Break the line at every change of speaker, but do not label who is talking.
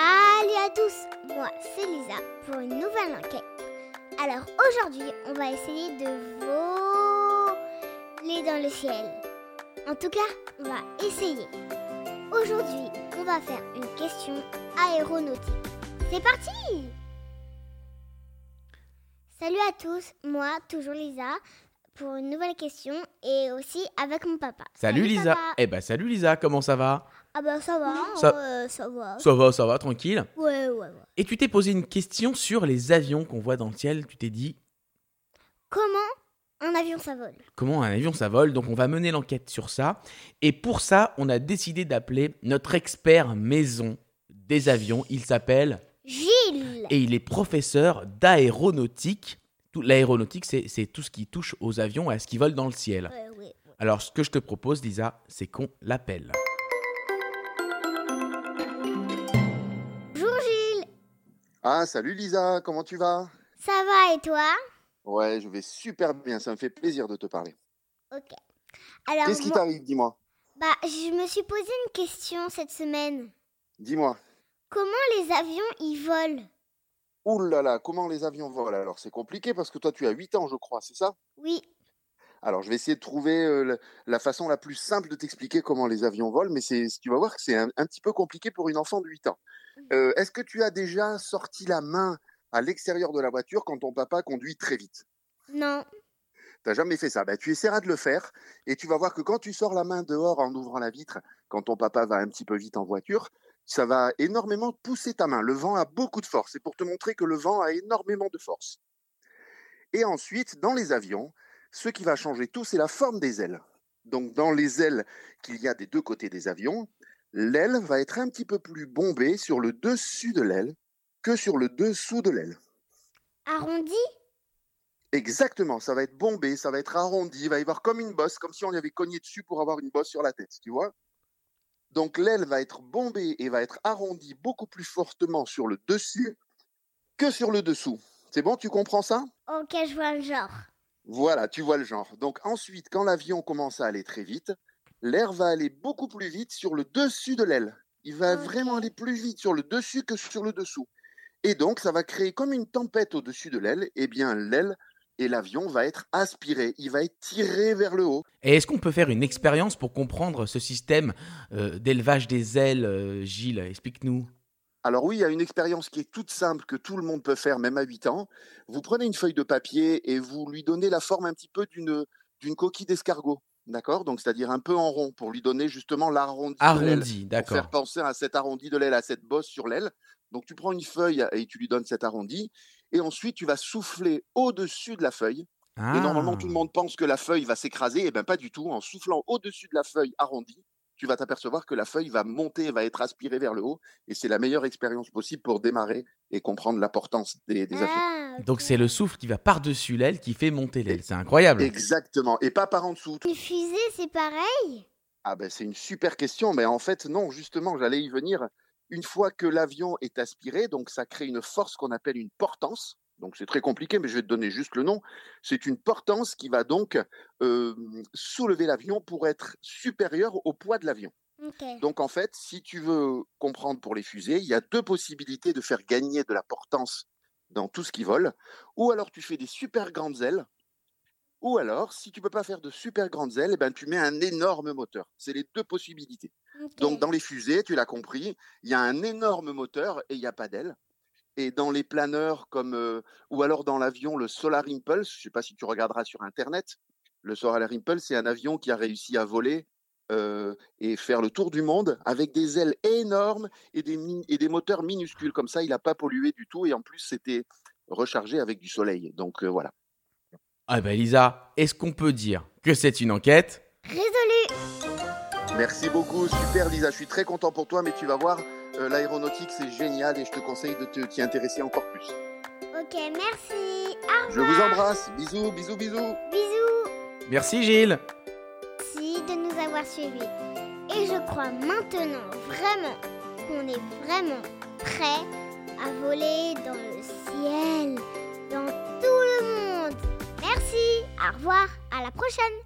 à tous, moi c'est Lisa pour une nouvelle enquête. Alors aujourd'hui, on va essayer de voler dans le ciel. En tout cas, on va essayer. Aujourd'hui, on va faire une question aéronautique. C'est parti Salut à tous, moi toujours Lisa pour une nouvelle question et aussi avec mon papa.
Salut, Lisa.
papa.
Eh ben salut Lisa, comment ça va
Ah bah ça va,
Ça-
euh, ça va.
Ça va, ça va, tranquille.
Ouais, ouais, ouais.
Et tu t'es posé une question sur les avions qu'on voit dans le ciel. Tu t'es dit
Comment un avion ça vole
comment un avion ça vole. Donc on va mener l'enquête sur ça. Et pour ça, on a décidé d'appeler notre expert maison des avions. Il s'appelle
Gilles
et il est professeur d'aéronautique. Tout- L'aéronautique, c'est c'est tout ce qui touche aux avions et à ce qui vole dans le ciel.
Ouais, ouais.
Alors ce que je te propose, Lisa, c'est qu'on l'appelle.
Bonjour Gilles,
Ah, salut Lisa, comment tu vas
ça va et toi
Ouais, je vais super bien, ça me fait plaisir de te parler.
Ok. Alors,
Qu'est-ce qui
moi-
t'arrive, dis-moi
bah, je me suis posé une question cette semaine.
Dis-moi.
Comment les avions ils volent
Ouh là là, comment les avions volent Alors, c'est compliqué parce que toi, tu as 8 ans, je crois, c'est ça
Oui,
Alors, je vais essayer de trouver euh, le- la façon la plus simple de t'expliquer comment les avions volent, mais c'est, tu vas voir que c'est un, un petit peu compliqué pour une enfant de 8 ans. Euh, est-ce que tu as déjà sorti la main à l'extérieur de la voiture quand ton papa conduit très vite
non,
T'as jamais fait ça. Ben, tu essaieras de le faire et tu vas voir que quand tu sors la main dehors en ouvrant la vitre, quand ton papa va un petit peu vite en voiture, ça va énormément pousser ta main. Le vent a beaucoup de force. C'est pour te montrer que le vent a énormément de force. Et ensuite, dans les avions, ce qui va changer tout, c'est la forme des ailes. Donc, dans les ailes qu'il y a des deux côtés des avions, l'aile va être un petit peu plus bombée sur le dessus de l'aile que sur le dessous de l'aile.
arrondi
Exactement, ça va être bombé, ça va être arrondi, il va y avoir comme une bosse, comme si on y avait cogné dessus pour avoir une bosse sur la tête, tu vois. Donc l'aile va être bombée et va être arrondie beaucoup plus fortement sur le dessus que sur le dessous. C'est bon, tu comprends ça
Ok, je vois le genre.
Voilà, tu vois le genre. Donc ensuite, quand l'avion commence à aller très vite, l'air va aller beaucoup plus vite sur le dessus de l'aile. Il va
Ok.
vraiment aller plus vite sur le dessus que sur le dessous. Et donc, ça va créer comme une tempête au-dessus de l'aile. Eh bien, l'aile et l'avion va être aspiré. Il va être tiré vers le haut.
Et est-ce qu'on peut faire une expérience pour comprendre ce système euh, d'élevage des ailes, euh, Gilles Explique-nous.
Alors oui, il y a une expérience qui est toute simple, que tout le monde peut faire, même à 8 ans. Vous prenez une feuille de papier et vous lui donnez la forme un petit peu d'une d'une coquille d'escargot. D'accord Donc, c'est-à-dire un peu en rond, pour lui donner justement l'arrondi. de l'aile.
Arrondi,
pour faire
d'accord.
penser à cet arrondi de l'aile, à cette bosse sur l'aile. Donc tu prends une feuille et tu lui donnes cet arrondi, et ensuite tu vas souffler au-dessus de la feuille.
Ah.
Et normalement tout le monde pense que la feuille va s'écraser, et bien pas du tout. En soufflant au-dessus de la feuille arrondie, tu vas t'apercevoir que la feuille va monter, va être aspirée vers le haut, et c'est la meilleure expérience possible pour démarrer et comprendre l'importance des, des avions.
Ah, ok.
Donc c'est le souffle qui va par-dessus l'aile qui fait monter l'aile. C'est incroyable.
Exactement, et pas par en dessous.
Une fusée, c'est pareil
Ah ben c'est une super question, mais en fait non, justement, j'allais y venir. Une fois que l'avion est aspiré, donc ça crée une force qu'on appelle une portance. Donc c'est très compliqué, mais je vais te donner juste le nom. C'est une portance qui va donc euh, soulever l'avion pour être supérieure au poids de l'avion.
Ok.
Donc en fait, si tu veux comprendre pour les fusées, il y a deux possibilités de faire gagner de la portance dans tout ce qui vole, ou alors tu fais des super grandes ailes, ou alors si tu peux pas faire de super grandes ailes, eh ben tu mets un énorme moteur. C'est les deux possibilités.
ok.
Donc dans les fusées, tu l'as compris, il y a un énorme moteur et il n'y a pas d'aile. Et dans les planeurs comme euh, ou alors dans l'avion le Solar Impulse, je sais pas si tu regarderas sur internet, le Solar Impulse c'est un avion qui a réussi à voler euh, et faire le tour du monde avec des ailes énormes et des, mi- et des moteurs minuscules comme ça, il n'a pas pollué du tout et en plus c'était rechargé avec du soleil. Donc euh, voilà.
Ah ben Lisa, est-ce qu'on peut dire que c'est une enquête
Résolu
Merci beaucoup, super Lisa, je suis très content pour toi mais tu vas voir euh, l'aéronautique c'est génial et je te conseille de te- t'y intéresser encore plus.
Ok, merci Au
Je vous embrasse. Bisous, bisous, bisous.
bisous
Merci Gilles.
Merci de nous avoir suivis. Et je crois maintenant vraiment qu'on est vraiment prêt à voler dans le ciel, dans tout le monde. Merci, au revoir, à la prochaine